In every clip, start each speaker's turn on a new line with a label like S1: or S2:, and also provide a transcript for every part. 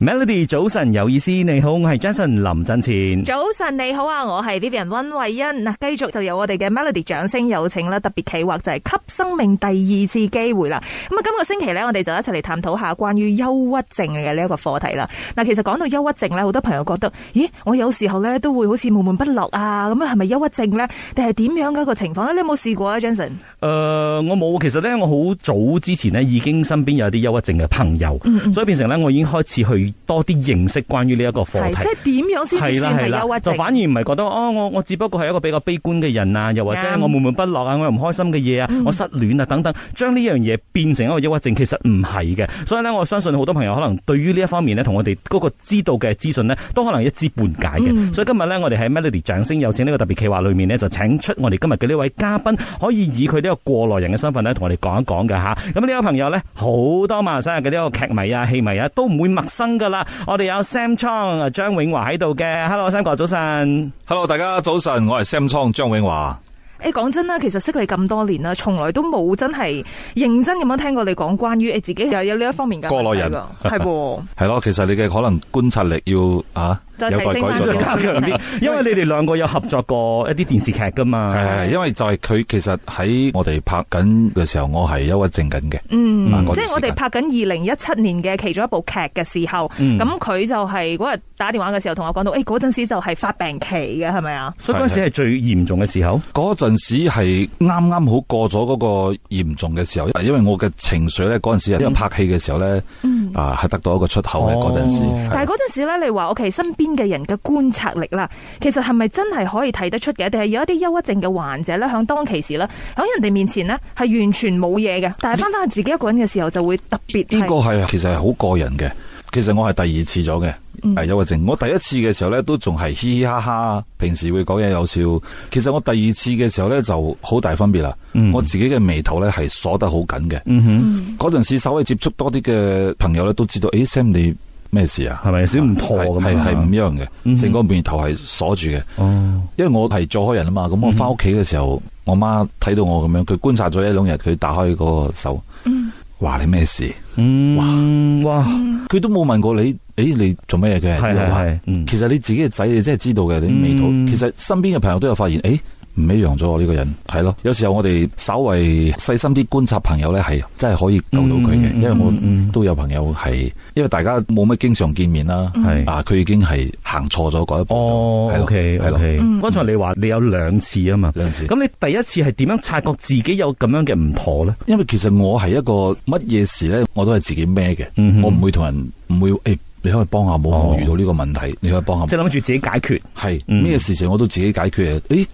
S1: Melody 早晨有意思，你好，我係 Jason 林振前。
S2: 早晨你好啊，我係 Vivian 溫慧欣嗱，繼續就有我哋嘅 Melody 掌聲有請啦，特別企劃就係給生命第二次機會啦。咁啊，今個星期呢，我哋就一齊嚟探討下關於憂鬱症嘅呢一個課題啦。嗱，其實講到憂鬱症呢，好多朋友覺得，咦，我有時候呢都會好似悶悶不樂啊，咁樣係咪憂鬱症呢？定係點樣嘅一個情況呢？你有冇試過啊
S1: 誒、
S2: ，Johnson？
S1: 呃我冇，其實咧，我好早之前咧已經身邊有啲憂鬱症嘅朋友，
S2: 嗯
S1: 所以變成咧，我已經開始去多啲認識關於呢一個課
S2: 係
S1: 題。
S2: 即係點樣先至
S1: 係啦
S2: 算係
S1: 係
S2: 憂
S1: 啦，
S2: 鬱
S1: 就
S2: 症？
S1: 反而唔係覺得哦，我我只不過係一個比較悲觀嘅人啊，又或者
S2: 啱
S1: 我悶悶不樂啊，我又唔開心嘅嘢啊，我失戀啊等等，將呢樣嘢變成一個憂鬱症，其實唔係嘅。所以咧，我相信好多朋友可能對於呢一方面咧，同我哋嗰個知道嘅資訊呢，都可能一知半解嘅。所以今日咧，我哋喺 Melody 掌聲有請呢個特別企劃裏面呢，就請出我哋今日嘅呢位嘉賓，可以以佢呢個過來人嘅身份咧，同我哋講一講嘅吓。咁呢位朋友咧，好多馬來西亞嘅呢個劇迷啊、戲迷啊，都唔會陌生噶啦。我哋有 Sam Chong 啊張永華喺度嘅，Hello，Sam 哥早晨。
S3: Hello，大家早晨，我係 Sam 倉張永華。
S2: 誒講真啦，其實識你咁多年啦，從來都冇真係認真咁樣聽過你講關於誒自己又有呢一方面嘅
S3: 過來
S2: 來
S3: 人
S2: 係喎，
S3: 係咯，其實你嘅可能觀察力要啊，
S2: 再
S3: 有
S2: 提
S3: 待
S2: 升
S3: 改
S2: 翻
S3: 進
S2: 少
S3: 咯。
S2: 少
S1: 加強啲， 因為你哋兩個有合作過一啲電視劇噶嘛。
S3: 係，因為就係佢其實喺我哋拍緊嘅時候，我係憂鬱症緊嘅。
S2: 嗯，
S3: 啊嗰段
S2: 即係我
S3: 時
S2: 哋
S3: 間
S2: 拍緊二零一七年嘅其中一部劇嘅時候，
S1: 嗯
S2: 咁佢、就係嗰日打電話嘅時候同我講到，誒嗰陣時就係發病期嘅，係咪啊？
S1: 所以嗰陣時係最嚴重嘅時候。
S3: 嗰陣時係啱啱好過咗嗰個嚴重嘅時候，因為我嘅情緒咧嗰陣時，因為
S2: 嗯
S3: 拍戲嘅時候咧，啊係得到一個出口嘅
S1: 哦
S3: 嗰陣時。係
S2: 但係嗰陣時咧，你話 OK 身邊嘅人嘅觀察力啦，其實係咪真係可以睇得出嘅？定係有一啲憂鬱症嘅患者咧，響當其時咧，響人哋面前呢，係完全冇嘢嘅，但係翻返去自己一個人嘅時候就會特別係
S3: 呢個係其實係好個人嘅。其實我係第二次咗嘅，
S1: 嗯
S3: 係憂鬱症。我第一次嘅時候咧，都仲係嘻嘻哈哈，平時會講嘢有笑。其實我第二次嘅時候咧，就好大分別啦。
S1: 嗯
S3: 我自己嘅眉頭咧係鎖得好緊嘅。
S1: 嗯哼，
S3: 嗰陣時稍微接觸多啲嘅朋友咧，都知道，誒 Sam 你咩事啊？
S1: 係咪有少少唔妥咁
S3: 係
S1: 啊
S3: 係唔一樣
S1: 嗯
S3: 嘅，成個面頭係鎖住嘅。
S1: 哦，
S3: 因為我係做開人啊嘛，咁
S1: 嗯
S3: 我翻屋企嘅時候，我媽睇到我咁樣，佢觀察咗一兩日，佢打開嗰個手，話你咩事？
S1: 嗯，哇，
S3: 佢都冇問過你，誒你做咩嘢嘅？
S1: 嗯係係係，嗯
S3: 其實你自己嘅仔，你真係知道嘅，你眉頭。
S1: 嗯
S3: 其實身邊嘅朋友都有發現，誒唔一樣咗我呢個人，係
S1: 嗯
S3: 咯。有時候我哋稍為細心啲觀察朋友咧，係真係可以救到佢嘅，
S1: 嗯
S3: 因為
S1: 嗯嗯
S3: 我都有朋友係，因為大家冇乜經常見面啦，
S1: 係
S3: 啊，佢已經係行錯咗嗰一步。
S1: 哦
S3: 係咯
S1: ，OK
S3: 係咯嗯
S1: OK，剛才你話你有兩次啊嘛，
S3: 兩次。
S1: 咁你第一次係點樣察覺自己有咁樣嘅唔妥咧？
S3: 因為其實我係一個乜嘢事咧，我都係自己孭嘅，
S1: 嗯哼
S3: 我唔會同人唔會誒、你可以幫下冇？
S1: 哦
S3: 我遇到呢個問題，你可以幫下我
S1: 即係諗住自己解決。
S3: 係
S1: 嗯
S3: 咩事情我都自己解決嘅。誒，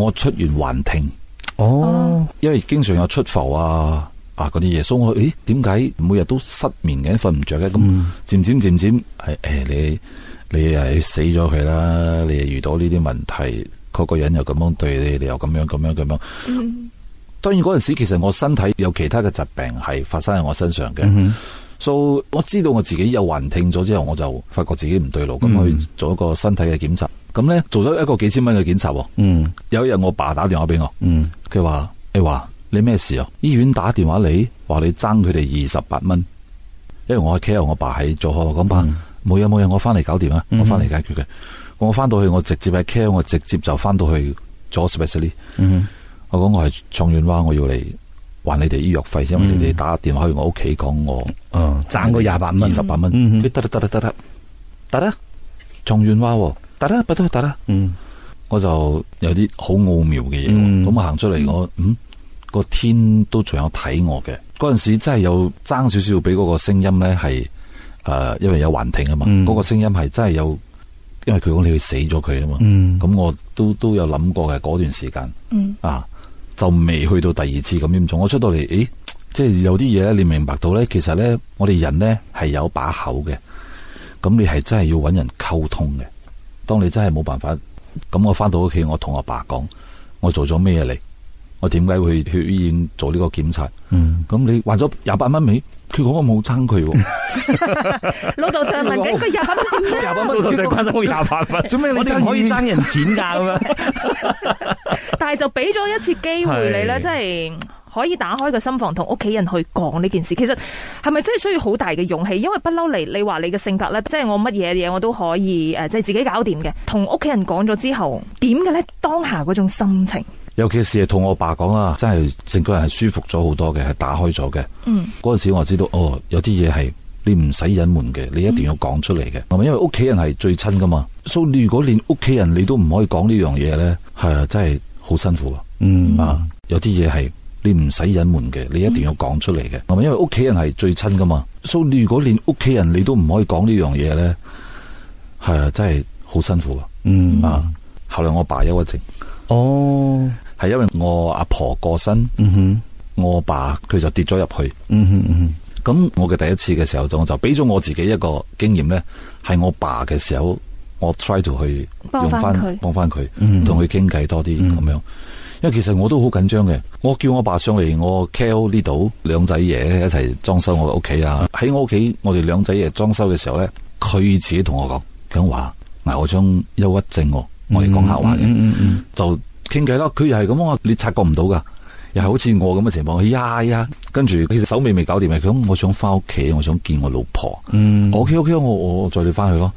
S3: 我出完幻聽，
S1: 哦，
S3: 因為經常有出埠啊啊嗰啲嘢，所以我誒點解每日都失眠嘅，瞓唔着嘅？咁
S1: 嗯
S3: 漸漸漸漸係誒你你係死咗佢啦，你又遇到呢啲問題，嗰、個人又咁樣對你，你又咁樣咁樣咁樣。當然嗰陣時，其實我身體有其他嘅疾病係發生喺我身上嘅。
S1: 嗯
S3: 所以我知道我自己有幻聽咗之後，我就發覺自己唔對路，咁
S1: 嗯
S3: 去做一個身體嘅檢查。咁咧做咗一個幾千蚊嘅檢查喎。
S1: 嗯
S3: 有一日我爸打電話俾我，
S1: 嗯，
S3: 佢話：你話你咩事啊？醫院打電話嚟，話你爭佢哋二十八蚊，因為我喺 care 我爸喺做開，我講爸
S1: 嗯
S3: 冇嘢冇嘢，我翻嚟搞掂啊，
S1: 嗯
S3: 我翻嚟解決嘅。我翻到去我直接喺 care，我直接就翻到去咗 specially。
S1: 嗯
S3: 我講我係創院話，我要嚟還你哋醫藥費，因為
S1: 嗯
S3: 你哋打電話去我屋企講我。
S1: 哼，哦，賺個廿八蚊，
S3: 二十八蚊，
S1: 嗯嗯
S3: 佢得啦得啦得啦得啦，狀元話喎，得啦不得得啦，
S1: 嗯
S3: 我就有啲好奧妙嘅嘢
S1: 嗯
S3: 喎，咁我行出嚟我嗯個天都仲有睇我嘅，嗰陣時真係有爭少少俾嗰個聲音咧係誒，因為有幻聽啊嘛，
S1: 嗯
S3: 嗰個聲音係真係有，因為佢講你會死咗佢啊嘛，
S1: 嗯，
S3: 咁我都都有諗過嘅嗰段時間，
S2: 嗯
S3: 啊，就未去到第二次咁嚴重。我出到嚟，誒，即係有啲嘢咧，你明白到咧，其實咧，我哋人咧係有把口嘅，咁你係真係要揾人溝通嘅。當你真係冇辦法，咁我翻到屋企，我同我爸講，我做咗咩嘢嚟？我點解會去 醫院做呢個檢查？
S1: 嗯
S3: 咁你還咗廿八蚊未？佢講我冇爭佢喎。
S2: 老豆就係問緊佢廿八蚊點
S3: 廿八
S1: 啊老豆就關心我廿八蚊，
S3: 啊 做咩你
S1: 我哋唔可以爭人 錢㗎咁樣？
S2: 但係就俾咗一次機會你咧，
S1: 係
S2: 真係可以打開個心房同屋企人去講呢件事，其實係咪真係需要好大嘅勇氣？因為不嬲嚟，你話你嘅性格咧，即係我乜嘢嘢我都可以誒，即係自己搞掂嘅。同屋企人講咗之後，點嘅咧？當下嗰種心情，
S3: 尤其是係同我爸講啦，真係成個人係舒服咗好多嘅，係打開咗嘅。
S2: 嗯，
S3: 嗰陣時我知道，哦，有啲嘢係你唔使隱瞞嘅，你一定要講出嚟嘅，係咪、因為屋企人係最親噶嘛，所以你如果連屋企人你都唔可以講呢樣嘢呢，係啊，真係好辛苦啊！
S1: 嗯
S3: 啊，有啲嘢係你唔使隱瞞嘅，你一定要講出嚟嘅，係咪、因為屋企人係最親噶嘛，所以你如果連屋企人你都唔可以講呢樣嘢呢，係啊，真係好辛苦啊！
S1: 嗯
S3: 啊，後來我爸憂鬱症，
S1: 哦，
S3: 係因為我阿婆過身，
S1: 嗯哼，
S3: 我爸佢就跌咗入去。
S1: 嗯哼，嗯哼，
S3: 咁我嘅第一次嘅時候，就我就俾咗我自己一個經驗呢係我爸嘅時候，我 try to 去
S2: 幫
S3: 用
S2: 返佢
S3: 翻幫翻佢
S1: 嗯，
S3: 同佢傾偈多啲
S1: 嗯
S3: 咁樣。因為其實我都好緊張嘅，我叫我爸上嚟我 KL 呢度兩仔爺一齊裝修我嘅屋企啊。喺我屋企，我哋兩仔爺裝修嘅時候呢，佢自己同我講，佢話嗱我將憂鬱症喎，我哋講客話嘅。
S1: 嗯嗯
S3: 就傾偈咯。佢又係咁啊，你察覺唔到噶，又係好似我咁嘅情況。哎呀呀，跟住其實手尾未搞掂嘅，佢咁我想翻屋企，我想見我老婆。
S1: 嗯，
S3: 我 OK OK，我我載你翻去咯，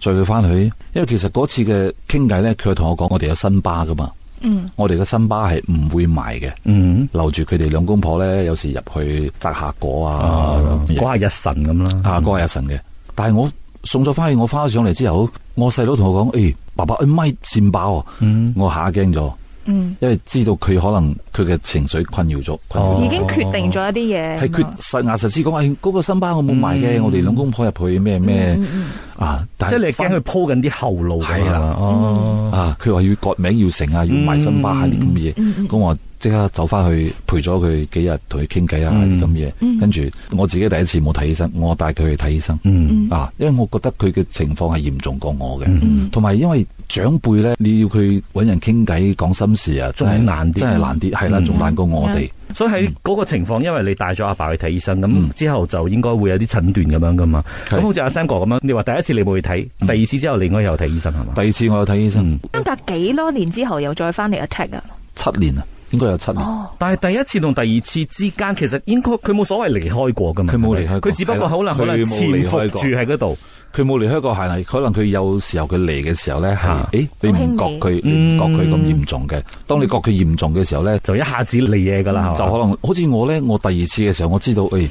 S3: 載佢翻去。因為其實嗰次嘅傾偈咧，佢同我講，我哋有新巴噶嘛，
S2: 嗯
S3: 我哋嘅新巴係唔會賣嘅。
S1: 嗯，
S3: 留住佢哋兩公婆咧，有時入去摘下果啊，咁
S1: 嗰下日神咁啦，
S3: 啊，嗰係日神嘅。但係我送咗翻去，我翻咗上嚟之後，我細佬同我講：，誒、爸爸，誒咪線爆喎！
S1: 嗯，
S3: 我嚇驚咗。
S2: 嗯，
S3: 因為知道佢可能佢嘅情緒困擾咗，困擾
S1: 哦
S2: 已經決定咗一啲嘢，
S3: 係佢實牙實齒講，誒嗰個新巴我冇買嘅，
S1: 嗯
S3: 我哋兩公婆入去咩咩啊，但
S1: 即係你係
S3: 翻
S1: 驚佢鋪緊啲後路㗎嘛
S3: 係啦
S1: 哦，
S3: 啊，佢話要割名要成啊，要買新巴啊
S1: 嗯
S3: 啲咁嘅嘢，咁我即刻走翻去陪咗佢幾日，同佢傾偈啊
S1: 嗯
S3: 啲咁嘢，跟住我自己第一次冇睇醫生，我帶佢去睇醫生
S1: 嗯
S3: 啊，因為我覺得佢嘅情況係嚴重過我嘅。
S1: 嗯，
S3: 同埋因為長輩咧，你要佢揾人傾偈講心事啊，真係
S1: 仲嗯難啲
S3: 真係難啲，係啦，
S1: 嗯
S3: 仲難過我哋。
S1: 所以喺嗰個情況，因為你帶咗阿爸去睇醫生，咁
S3: 嗯
S1: 之後就應該會有啲診斷咁樣噶嘛。
S3: 係嗯
S1: 咁好似阿 Sam 哥咁樣，你話第一次你冇去睇，第二次之後你應該有睇醫生係嘛？
S3: 第二次我有睇醫
S1: 嗯
S3: 生，
S2: 相隔幾多年之後又再翻嚟 attack 啊？
S3: 七年啊，應該有七年。
S2: 哦，
S1: 但係第一次同第二次之間，其實應該佢冇所謂離開過噶嘛。
S3: 佢冇
S1: 係咪
S3: 離開過
S1: 佢只不過可能
S3: 係
S1: 可
S3: 啦
S1: 能
S3: 佢冇
S1: 潛
S3: 離開
S1: 伏
S3: 過
S1: 住喺嗰度。
S3: 佢冇離開過，係可能佢有時候佢嚟嘅時候咧，係
S1: 嚇
S3: 誒你唔覺
S2: 好輕微
S3: 佢，你
S1: 啊嗯
S3: 唔覺佢咁嚴重嘅。當你覺佢嚴重嘅時候咧，
S1: 就一下子嚟嘢噶啦，
S3: 就可能好似我咧，我第二次嘅時候，我知道誒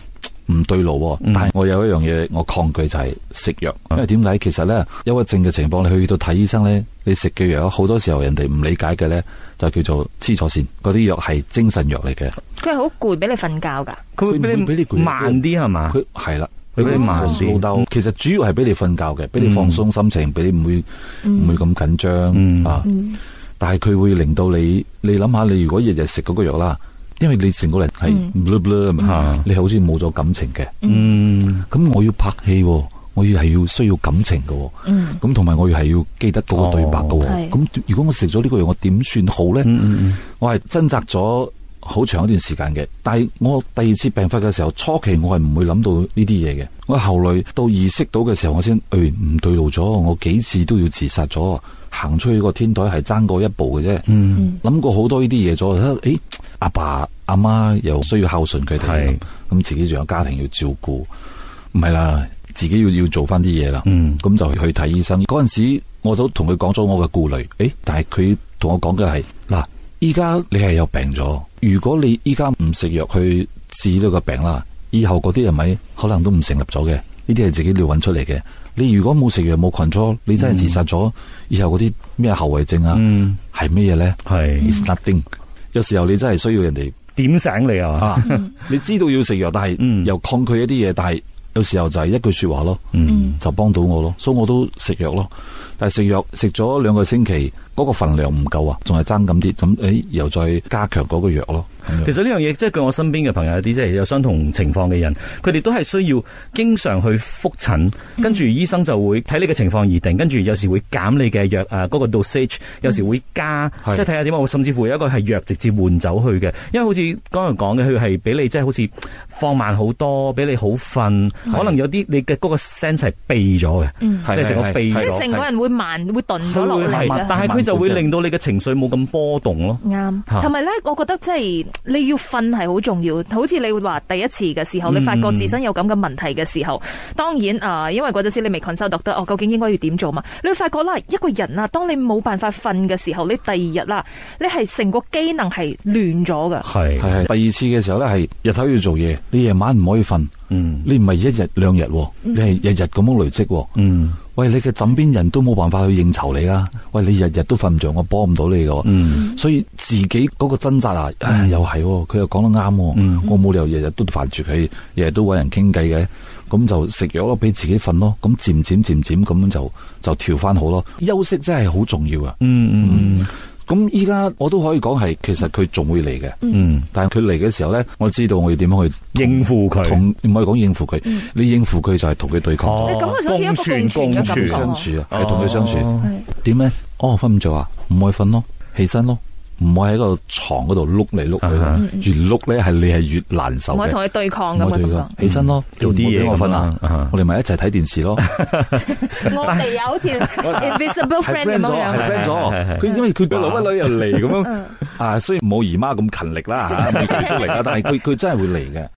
S3: 唔對路喎，
S1: 嗯
S3: 但係我有一樣嘢我抗拒就係食藥，
S1: 嗯
S3: 因為點解其實咧憂鬱症嘅情況，你去到睇醫生咧，你食嘅藥好多時候人哋唔理解嘅咧，就叫做黐咗線，嗰啲藥係精神藥嚟嘅，
S2: 佢係好攰，俾你瞓覺㗎。
S1: 佢會
S3: 佢唔會
S1: 俾
S3: 俾
S1: 你
S3: 你攰
S1: 慢啲係嘛？
S3: 啊佢嗯係啦。
S1: 佢俾你慢
S3: 老
S1: 啲。
S3: 豆其實主要係俾你瞓覺嘅，俾你放鬆心情，俾你唔會唔會咁緊
S1: 嗯
S3: 張啊
S2: 嗯。
S3: 但係佢會令到你，你諗下，你如果日日食嗰個藥啦，因為你成個人係
S2: 嗯
S3: blue blue 咁
S1: 啊
S3: 樣，你係好似冇咗感情嘅。
S1: 嗯
S3: 咁我要拍戲喎，我要係要需要感情嘅喎，
S2: 嗯
S3: 咁同埋我要係要記得嗰個對白嘅
S2: 哦
S3: 喎。咁如果我食咗呢個藥，我點算好
S1: 嗯
S3: 咧？
S1: 嗯
S3: 我係掙扎咗好長一段時間嘅，但係我第二次病發嘅時候，初期我係唔會諗到呢啲嘢嘅。我後來到意識到嘅時候，我先誒唔對路咗，我幾次都要自殺咗，行出去個天台係爭過一步嘅啫。
S1: 嗯
S3: 諗過好多呢啲嘢咗，誒、阿爸阿媽又需要孝順佢
S1: 係
S3: 哋，咁自己仲有家庭要照顧，唔係啦，自己要要做翻啲嘢啦。
S1: 嗯
S3: 咁就去睇醫生。嗰陣時我都同佢講咗我嘅顧慮，誒，但係佢同我講嘅係嗱，依家你係有病咗，如果你依家唔食藥去治呢個病啦，以後嗰啲係咪可能都唔成立咗嘅？呢啲係自己要揾出嚟嘅。你如果冇食藥冇 control，你真係自殺咗，以後嗰啲咩後遺症啊，
S1: 嗯，
S3: 係咩嘢呢
S1: 係
S3: It's nothing。有時候你真係需要人哋
S1: 點醒你啊？
S3: 啊，你知道要食藥，但係
S1: 嗯
S3: 又抗拒一啲嘢，但係有時候就係一句說話咯。
S1: 嗯
S2: 嗯
S3: 就幫到我咯，所以我都食藥咯。但係食藥食咗兩個星期，嗰、個份量唔夠啊，仲係爭咁啲，咁誒又再加強嗰個藥咯。
S1: 其實呢樣嘢，即係據我身邊嘅朋友有啲即係有相同情況嘅人，佢哋都係需要經常去覆診，跟住醫生就會睇你嘅情況而定，跟住有時會減你嘅藥啊嗰個 dosage，有時會加，
S3: 嗯
S1: 即係睇下點啊，甚至乎有一個係藥直接換走去嘅，因為好似剛才講嘅，佢係俾你即係好似放慢好多，俾你好瞓，可能有啲你嘅嗰個 sense 係避咗嘅，
S2: 嗯，
S1: 即係成個避
S2: 即
S1: 咗
S2: 係成個人會慢，會頓咗
S1: 佢
S2: 落
S1: 會
S2: 嚟
S1: 係
S2: 㗎。
S1: 但係佢就會令到你嘅情緒冇咁波動咯。
S2: 啱，
S1: 嚇
S2: 同埋咧，我覺得即係你要瞓係好重要。好似你會話第一次嘅時候，你發覺自身有咁嘅問題嘅時候，當然啊、因為嗰陣時你未 consult 得，哦，究竟應該要點做嘛？你會發覺啦，一個人啊，當你冇辦法瞓嘅時候，你第二日啦，你係成個機能係亂咗噶。
S1: 係
S3: 係係第二次嘅時候咧，係日頭要做嘢，你夜晚唔可以瞓，
S1: 嗯
S3: 你唔係一日兩日喎，你係日日咁樣累積喎。
S1: 嗯
S3: 喂，你嘅枕邊人都冇辦法去應酬你啦。喂，你日日都瞓唔着，我幫唔到你嘅喎。
S1: 嗯
S3: 所以自己嗰個掙扎啊，唉又係喎，佢又講得啱喎，
S1: 嗯
S3: 我冇理由日日都煩住佢，日日都揾人傾偈嘅，咁就食藥咯，俾自己瞓咯，咁漸漸漸漸咁樣就就調翻好咯。休息真係好重要啊！
S1: 嗯嗯
S3: 咁依家我都可以講係，其實佢仲會嚟嘅，
S1: 嗯，
S3: 但係佢嚟嘅時候呢，我知道我要點樣去
S1: 應付佢嗯
S3: 同，唔可以講應付佢，你應付佢就係同佢對抗，
S1: 哦
S2: 你咁啊好似一個共存嘅感
S3: 同佢
S2: 覺
S3: 相
S2: 啊
S3: 處啊，
S1: 哦
S3: 係同佢相處。
S1: 哦
S3: 點咧？哦，瞓唔着啊，唔可以瞓咯，起身咯，唔可以喺個床嗰度碌嚟碌
S1: 啊
S3: 去，越碌咧係你係越難受
S2: 嗯唔可以
S3: 嘅
S2: 同。佢對抗咁啊！
S3: 唔可以對
S2: 咁
S3: 㗎
S2: 講，
S3: 起身咯，
S1: 嗯做啲嘢
S3: 唔好俾我瞓
S1: 咁樣啊
S3: 啊！我哋咪一齊睇電視 咯，
S2: 我哋啊，好似 invisible
S3: 係
S2: friend 咁樣
S3: 咗，
S2: 樣
S1: 係
S3: 係 friend
S1: 哦係係
S3: 咗。佢因為佢個女女又嚟咁
S2: 嗯
S3: 樣啊，雖然冇姨媽咁勤力 啦嚇，每個月都嚟啦，但係佢佢真係會嚟嘅。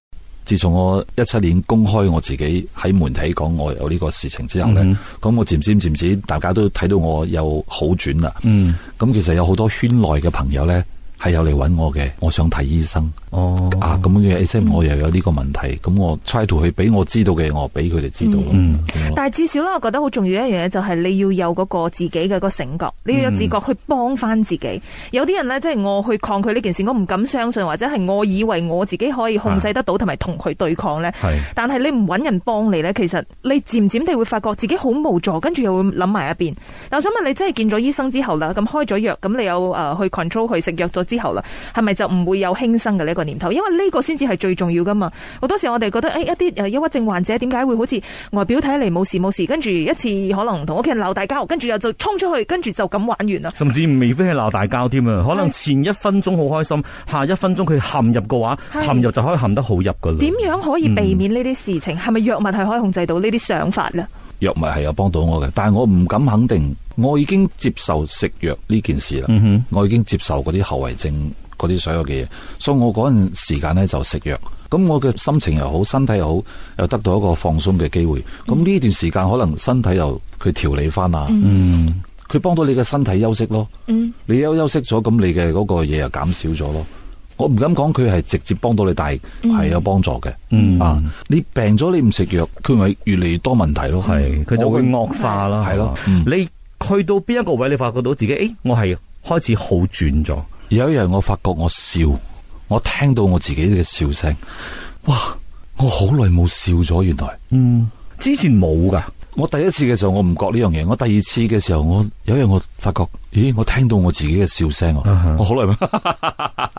S3: 自從我一七年公開我自己喺媒體講我有呢個事情之後咧，
S1: 嗯
S3: 咁我漸漸漸漸大家都睇到我有好轉啦。
S1: 嗯
S3: 咁其實有好多圈內嘅朋友呢，係有嚟揾我嘅，我想睇醫生、
S1: 哦
S3: 啊，咁嘅 S M 我又有呢個問題，咁我 try to 去俾我知道嘅，我俾佢哋知道咯。
S1: 嗯
S3: 咁咯
S2: 但係至少咧，我覺得好重要一樣嘢就係你要有嗰個自己嘅嗰個醒覺，你要有自覺去幫翻自己。有啲人呢，即係我去抗拒呢件事，我唔敢相信，或者係我以為我自己可以控制得到，同埋同佢對抗呢。
S1: 係
S2: 但係你唔揾人幫你呢，其實你漸漸地會發覺自己好無助，跟住又會諗埋一邊。但我想問你，真係見咗醫生之後啦，咁開咗藥，咁你有誒、呃去 control 佢食藥咗之後啦，係咪就唔會有輕生嘅呢一個念頭？因為呢個先至係最重要噶嘛。好多時我哋覺得誒、哎一啲誒憂鬱症患者點解會好似外表睇嚟冇事冇事，跟住一次可能同屋企人鬧大交，跟住又就衝出去，跟住就咁啊玩完啦。
S1: 甚至未必係鬧大交添啊！可能前一分鐘好開心，下一分鐘佢陷入嘅話，
S2: 係
S1: 陷入就可以陷得好入噶啦。
S2: 點樣可以避免呢啲事情？係咪藥物係可以控制到呢啲想法呢？
S3: 藥物係有幫到我嘅，但係我唔敢肯定，我已經接受食藥呢件事啦，
S1: 嗯哼
S3: 我已經接受嗰啲後遺症嗰啲所有嘅嘢，所以我嗰陣時間呢就食藥。咁我嘅心情又好，身體又好，又得到一個放鬆嘅機會。咁呢段時間可能身體又佢調理翻啊，
S1: 嗯
S3: 佢幫到你嘅身體休息咯。
S2: 嗯，
S3: 你休休息咗，咁你嘅嗰個嘢又減少咗咯。我唔敢講佢係直接幫到你，但係係有幫助嘅。
S1: 嗯
S3: 啊，你病咗你唔食藥，佢咪越嚟越多問題咯。
S1: 係佢就
S3: 我
S1: 嗯會惡化啦。
S3: 係咯
S1: 係嘛
S3: 嗯
S1: 你去到邊一個位，你發覺到自己，誒，我係開始好轉咗。
S3: 有一日我發覺我笑，我聽到我自己嘅笑聲，哇！我好耐冇笑咗，原來
S1: 嗯，之前冇噶。
S3: 我第一次嘅時候我唔覺呢樣嘢，我第二次嘅時候我有一日我發覺，咦！我聽到我自己嘅笑聲啊
S1: 啊哈
S3: 我好耐冇，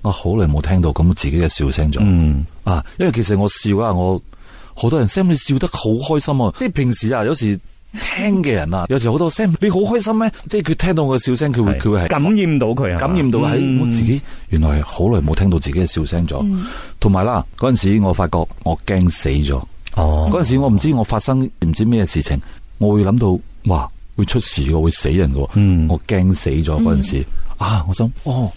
S3: 我好耐冇聽到咁自己嘅笑聲咗。
S1: 嗯
S3: 啊，因為其實我笑啊，我好多人 Sam 你笑得好開心啊，即係平時啊，有時聽嘅人啊，有時好多 Sam 你好開心咩？即係佢聽到我嘅笑聲，佢會
S1: 係
S3: 佢會係
S1: 感染到佢啊，
S3: 感染到喺、
S1: 嗯
S3: 我自己，原來係好耐冇聽到自己嘅笑聲咗。同埋啦，嗰陣時我發覺我驚死咗，
S1: 哦
S3: 嗰陣時我唔知我發生唔知咩事情，我會諗到哇會出事嘅，會死人嘅，
S1: 嗯
S3: 我驚死咗嗰陣時、啊，我想哦。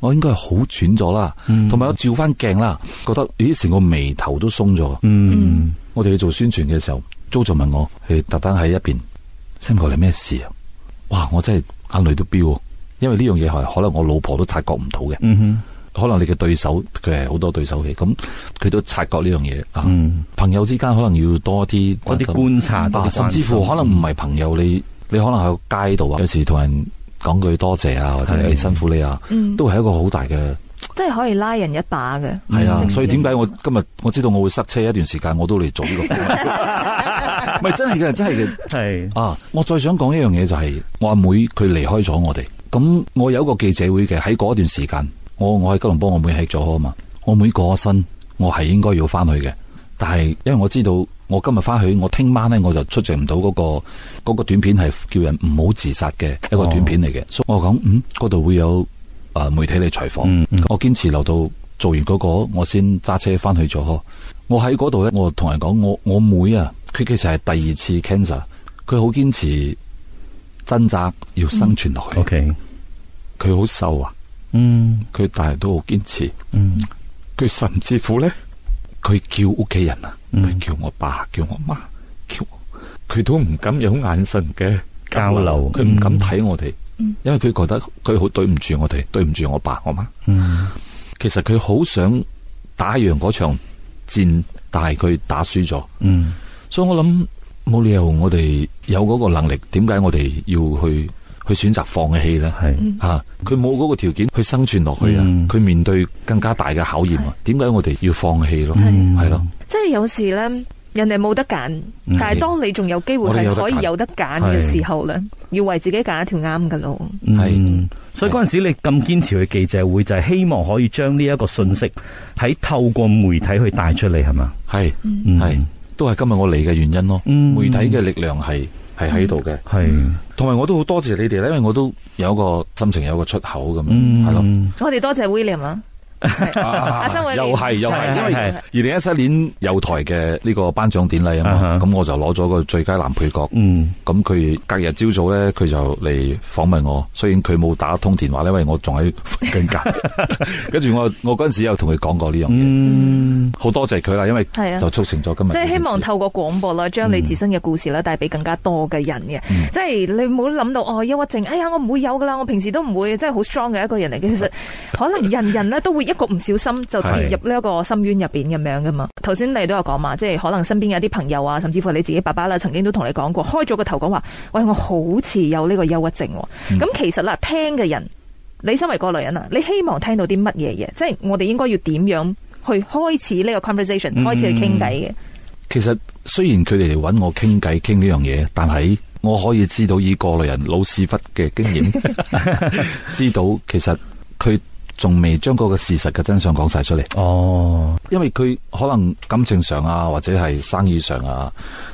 S3: 我應該係好轉咗啦，
S1: 嗯
S3: 同埋、我照翻鏡啦，覺得咦成個眉頭都鬆咗。
S1: 嗯
S3: 我哋去做宣傳嘅時候，Jo 就問我，佢特登喺一邊，Sam 哥你咩事啊？哇！我真係眼淚都飆喎，因為呢樣嘢係可能我老婆都察覺唔到嘅，
S1: 嗯哼
S3: 可能你嘅對手佢係好多對手嘅，咁佢都察覺呢樣嘢啊。
S1: 嗯，
S3: 朋友之間可能要多啲
S1: 嗰
S3: 關
S1: 啲
S3: 心
S1: 觀察，
S3: 啊，
S1: 嗰啲
S3: 甚
S1: 關
S3: 至
S1: 心
S3: 乎可能唔係朋友，你你可能喺個街度啊，有時同人講句多謝啊，或者
S1: 係
S3: 誒辛苦你啊，
S2: 嗯
S3: 都係一個好大嘅。
S2: 真係可以拉人一把嘅。
S3: 係啊
S2: 嗯，
S3: 所以點解我今日我知道我會塞車一段時間，我都嚟做呢個 工作。唔係真係嘅，真係嘅。
S1: 係
S3: 啊！我再想講一樣嘢就係、我阿妹佢離開咗我哋，咁我有一個記者會嘅喺嗰段時間，我我喺吉隆坡，我妹喺咗啊嘛，我妹過咗身，我係應該要翻去嘅，但係因為我知道我今日翻去，我聽晚呢，我就出席唔到嗰個嗰個短片係叫人唔好自殺嘅一個短片嚟嘅，所以我講嗯嗰度會有誒、呃媒體嚟採訪，
S1: 嗯嗯
S3: 我堅持留到做完嗰、個，我先揸車翻去咗。我喺嗰度咧，我同人講，我我妹啊，佢其實係第二次 cancer，佢好堅持掙扎要生存落去，
S1: 嗯 OK，
S3: 佢好瘦啊，
S1: 嗯
S3: 佢但係都好堅持。
S1: 嗯
S3: 佢甚至乎咧，佢叫屋企人啊，
S1: 嗯
S3: 佢叫我爸，叫我媽，叫我佢都唔敢有眼神嘅
S1: 交流
S3: 佢唔敢
S1: 嗯
S3: 睇我哋，
S2: 嗯
S3: 因為佢覺得佢好對唔住我哋，對唔住我爸我媽。
S1: 嗯
S3: 其實佢好想打贏嗰場戰，但係佢打輸咗，
S1: 嗯
S3: 所以我諗冇理由我哋有嗰個能力，點解我哋要去去選擇放棄呢？
S1: 系
S3: 啊！佢冇嗰個條件去生存落去啊！
S1: 嗯
S3: 佢、面對更加大嘅考驗啊！點解我哋要放棄咯？
S1: 嗯
S3: 係咯，
S2: 即係有時咧，人哋冇得揀，但係當你仲有機會
S3: 嗯我哋有
S2: 係
S3: 得
S2: 可以
S3: 揀
S2: 有得揀嘅
S1: 係
S2: 時候咧，要為自己揀一條啱嘅路。
S1: 嗯，所以嗰陣時你咁堅持去記者會，就係希望可以將呢一個信息喺透過媒體去帶出嚟，係嘛？
S3: 係
S1: 嗯
S3: 係，都係今日我嚟嘅原因咯。
S1: 嗯
S3: 媒體嘅力量係係喺度嘅，
S1: 係
S3: 同埋我都好多謝你哋咧，因為我都有一個心情有一個出口咁樣，係咯。
S1: 嗯
S2: 我哋多謝 William 啊，
S3: 啊
S2: 阿生偉你
S3: 又係又
S1: 係
S3: 係，因為
S1: 係
S3: 二零一七年有台嘅呢個頒獎典禮啊
S1: 啊哈
S2: 嗯
S3: 嘛，咁我就攞咗個最佳男配角。
S1: 嗯
S3: 咁佢隔日朝早咧，佢就嚟訪問我。雖然佢冇打通電話咧，因為我仲喺瞓緊覺。 跟住我我嗰陣時有同佢講過呢樣嘢，
S1: 嗯
S3: 好多謝佢啦，因為
S2: 係啊
S3: 就促成咗今日呢
S2: 即
S3: 件
S2: 係
S3: 事。
S2: 希望透過廣播啦，將你自身嘅故事啦帶俾更加多嘅人嘅。
S3: 嗯
S2: 即係你冇諗到哦，憂鬱症，哎呀，我唔會有噶啦，我平時都唔會，即係好 strong 嘅一個人嚟嘅。
S3: 嗯
S2: 其實可能人人咧都會一個唔小心就跌入呢一個深淵入邊咁樣噶嘛。頭先你都有講嘛，即係可能身邊有啲朋友啊，甚至乎你自己爸爸啦，曾經都同你講過，開咗個頭講話，喂，我好似有呢個憂鬱症
S3: 嗯
S2: 喎。咁、其實啦，聽嘅人，你身為過來人啊，你希望聽到啲乜嘢嘢？即係我哋應該要點樣去開始呢個 conversation，
S1: 嗯
S2: 開始去傾偈嘅？
S3: 其實雖然佢哋嚟揾我傾偈傾呢樣嘢，但係我可以知道以過來人老屎忽嘅經驗，知道其實佢仲未將嗰個事實嘅真相講晒出嚟，
S1: 哦
S3: 因為佢可能感情上啊，或者係生意上啊，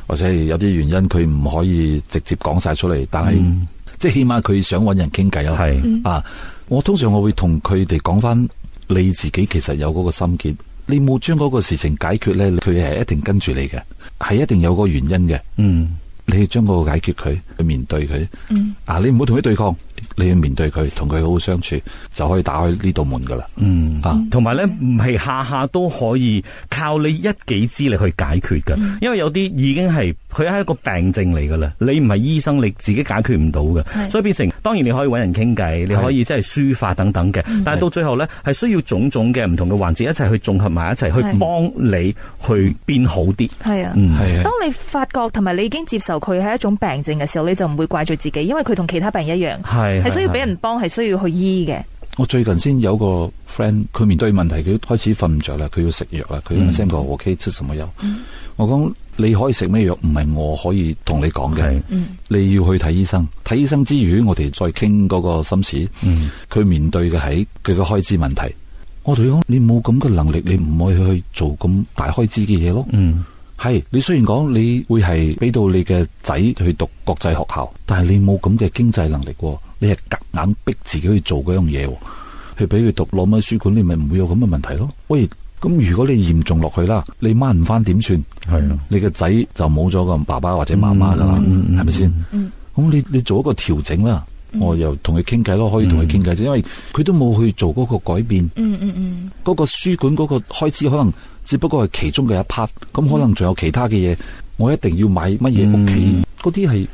S3: 或者係有啲原因佢唔可以直接講晒出嚟，但係、
S1: 嗯
S3: 即係起碼佢想揾人傾偈咯。
S1: 係
S3: 啊，我通常我會同佢哋講翻你自己其實有嗰個心結，你冇將嗰個事情解決呢，佢係一定跟住你嘅，係一定有個原因嘅。
S1: 嗯
S3: 你要將嗰個解決佢，去面對佢。
S2: 嗯
S3: 啊，你唔好同佢對抗，你要面對佢，同佢好好相處，就可以打開呢道門噶啦。
S1: 嗯。
S3: 啊，
S1: 同埋咧，唔係下下都可以靠你一己之力去解決嘅，
S2: 嗯
S1: 因為有啲已經係佢係一個病症嚟噶啦，你唔係醫生，你自己解決唔到嘅，
S2: 係
S1: 所以變成當然你可以揾人傾偈，你可以即係抒發等等嘅，
S2: 嗯
S1: 但係到最後呢，係需要種種嘅唔同嘅環節一齊去綜合埋一齊，去
S2: 係
S1: 幫你去變好啲。
S2: 係啊。
S1: 嗯，
S3: 係
S2: 當你發覺同埋你已經接受佢係一種病症嘅時候，你就唔會怪罪自己，因為佢同其他病一樣，
S1: 係
S2: 係需要俾人幫，係需要去醫嘅。
S3: 我最近先有個 friend，佢面對問題，佢開始瞓唔着啦，佢要食藥啦，佢
S1: 嗯
S3: send 個 OK 吃什麼藥。我講你可以食咩藥，唔係我可以同你講嘅
S1: 係。
S2: 嗯，
S3: 你要去睇醫生，睇醫生之餘，我哋再傾嗰個心事。
S1: 嗯
S3: 佢面對嘅係佢嘅開支問題。我同佢講，你冇咁嘅能力，你唔可以去做咁大開支嘅嘢咯。
S1: 嗯
S3: 係你雖然講你會係俾到你嘅仔去讀國際學校，但係你冇咁嘅經濟能力喎，你係夾硬逼自己去做嗰樣嘢喎，去俾佢讀攞乜書館，你咪唔會有咁嘅問題咯。喂，咁如果你嚴重落去啦，你掹唔翻點算？
S1: 係啊，
S3: 你嘅仔就冇咗個爸爸或者媽媽噶啦，
S1: 嗯嗯
S3: 係咪先？
S2: 嗯
S3: 咁你你做一個調整啦，我又同佢傾偈咯，可以
S1: 嗯
S3: 同佢傾偈啫，因為佢都冇去做嗰個改變，
S2: 嗯嗯嗯，
S3: 嗰、個書館嗰個開支可能只不過係其中嘅一 part，咁可能仲有其他嘅嘢，我一定要買乜嘢屋企
S1: 嗯，
S3: 嗰啲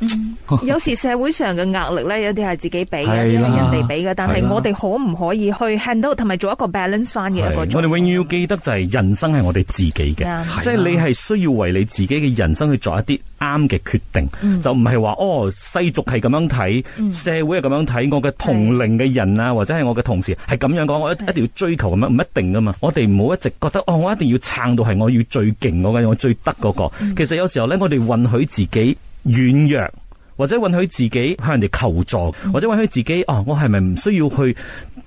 S3: 係
S2: 有時社會上嘅壓力咧，有啲係自己俾，有
S3: 係啦
S2: 啲係人哋俾嘅，但
S3: 係
S2: 係
S3: 啦
S2: 我哋可唔可以去 handle 同埋做一個 balance 翻嘅一個狀態？
S1: 我哋永遠要記得就係人生係我哋自己嘅
S2: 啱，
S1: 即係你係需要為你自己嘅人生去做一啲啱嘅決定，
S2: 嗯
S1: 就唔係話哦世俗係咁樣睇，社會係咁樣睇，我嘅同齡嘅人啊，或者係我嘅同事係咁樣講，我一一定要追求咁樣，唔一定噶嘛。我哋唔好一直覺得哦，我一定要撐到係我要最勁嗰個，我最得嗰個。其實有時候咧，我哋允許自己軟弱。或者允許自己向人哋求助，或者允許自己哦，我係咪唔需要去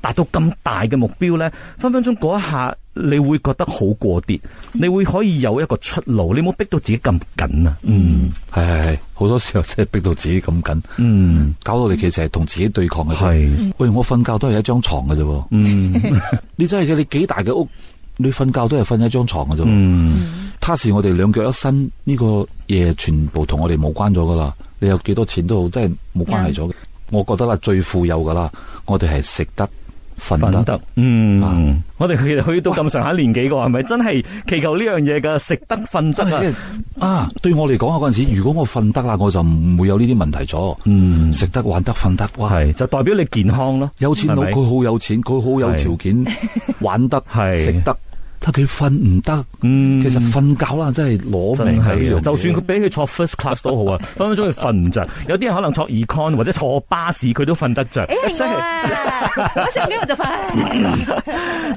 S1: 達到咁大嘅目標呢？分分鐘嗰一下，你會覺得好過啲，你會可以有一個出路，你冇逼到自己咁緊啊！嗯
S3: 係係係好多時候真係逼到自己咁緊，
S1: 嗯，
S3: 搞到你其實係同自己對抗嘅啫。
S1: 係
S3: 喂，我瞓覺都係一張床嘅啫喎，
S1: 嗯
S3: 你真係嘅，你幾大嘅屋，你瞓覺都係瞓一張床嘅啫喎。
S1: 嗯
S3: 他是我哋兩腳一伸呢、個嘢，全部同我哋冇關咗噶啦。你有幾多錢都好，真係冇關係咗嘅。我覺得啦，最富有噶啦，我哋係食得、瞓
S1: 瞓
S3: 得
S1: 得，嗯，
S3: 啊
S1: 我哋去去到咁上下年紀嘅話，係咪真係祈求呢樣嘢嘅食得瞓
S3: 真
S1: 得啊？
S3: 係啊！對我嚟講啊，嗰陣時如果我瞓得啦，我就唔會有呢啲問題咗。
S1: 嗯，
S3: 食得、玩得、瞓得，哇！
S1: 係就代表你健康咯，
S3: 有錢佬
S1: 係咪
S3: 佢好有錢，佢好有條件玩得、
S1: 係
S3: 食得，但佢瞓唔得。
S1: 嗯，
S3: 其實瞓覺啦，真係攞
S1: 真
S3: 命
S1: 係
S3: 㗎
S1: 啊
S3: 呢樣！
S1: 就算佢
S3: 嘢
S1: 俾佢坐 first class 都好啊，分分鐘佢瞓唔着。有啲人可能坐 econ 或者坐巴士佢都瞓得着。
S2: 誒係我啊，我啊上機我就 瞓。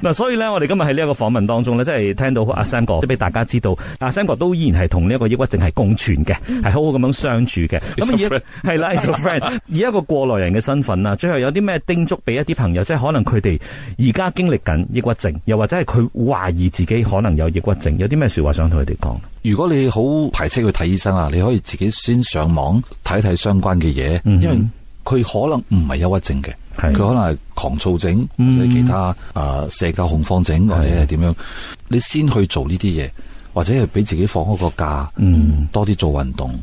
S1: 嗱，所以咧，我哋今日喺呢一個訪問當中咧，即係聽到阿 Sam 哥，即係俾大家知道，阿 Sam 哥都依然係同呢一個抑鬱症係共存嘅，係好好咁樣相處嘅。
S3: It's 嗯 a
S1: 咁而係啦，as a friend，以一個過來人嘅身份啊，最後有啲咩叮囑俾一啲朋友，即係可能佢哋而家經歷緊抑鬱症，又或者係佢懷疑自己可能有抑鬱症，有啲咩說話想同佢哋講？
S3: 如果你好排斥去睇醫生啊，你可以自己先上網睇睇相關嘅嘢，
S1: 嗯哼
S3: 因為佢可能唔係憂鬱症嘅，
S1: 係嗯
S3: 佢可能係狂躁症或者其他啊、呃社交恐慌症或者係點樣，你先去做呢啲嘢，或者係俾自己放開個假，
S1: 嗯，
S3: 多啲做運動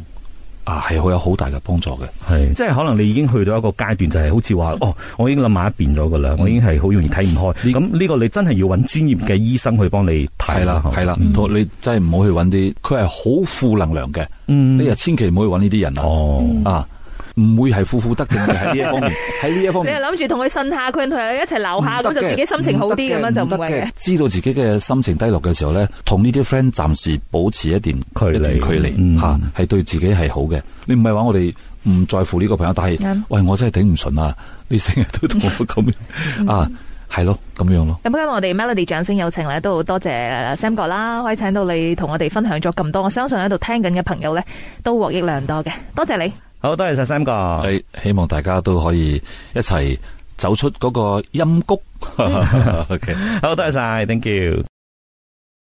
S3: 啊，係會有好大嘅幫助嘅。
S1: 係，即係可能你已經去到一個階段，就係好似話哦，我已經諗埋一邊咗噶啦，我已經係好容易睇唔開。
S3: 呢
S1: 咁呢個你真係要揾專業嘅醫生去幫你睇
S3: 係啦，係啦，同你真係唔好去揾啲，佢係好負能量嘅，
S1: 嗯
S3: 你又啊千祈唔好去揾呢啲人啊。
S1: 哦，
S3: 啊，唔會係負負得正嘅喺呢一方面，喺呢一方
S2: 你
S3: 面
S2: 又。諗住同佢呻下，佢同佢一齊鬧下，啊咁就自己心情好啲咁樣就唔
S3: 得
S2: 會嘅。。
S3: 知道自己嘅心情低落嘅時候咧，同呢啲 friend 暫時保持一段
S1: 距離
S3: 一段距
S1: 嗯
S3: 離吓，係對自己係好嘅。你唔係話我哋唔在乎呢個朋友，但係
S2: 啱
S3: 喂，我真係頂唔順啊！你成日都同我咁
S2: 嗯
S3: 樣啊，係咯，咁樣咯。
S2: 咁今日我哋 Melody 掌聲有請咧，都好多謝呃 Sam 哥啦，可以請到你同我哋分享咗咁多，我相信喺度聽緊嘅朋友咧都獲益良多嘅，多謝你。
S1: 好多謝晒 Sam 哥。
S3: 係希望大家都可以一齊走出嗰個陰谷。OK。
S1: 好多謝晒，thank you。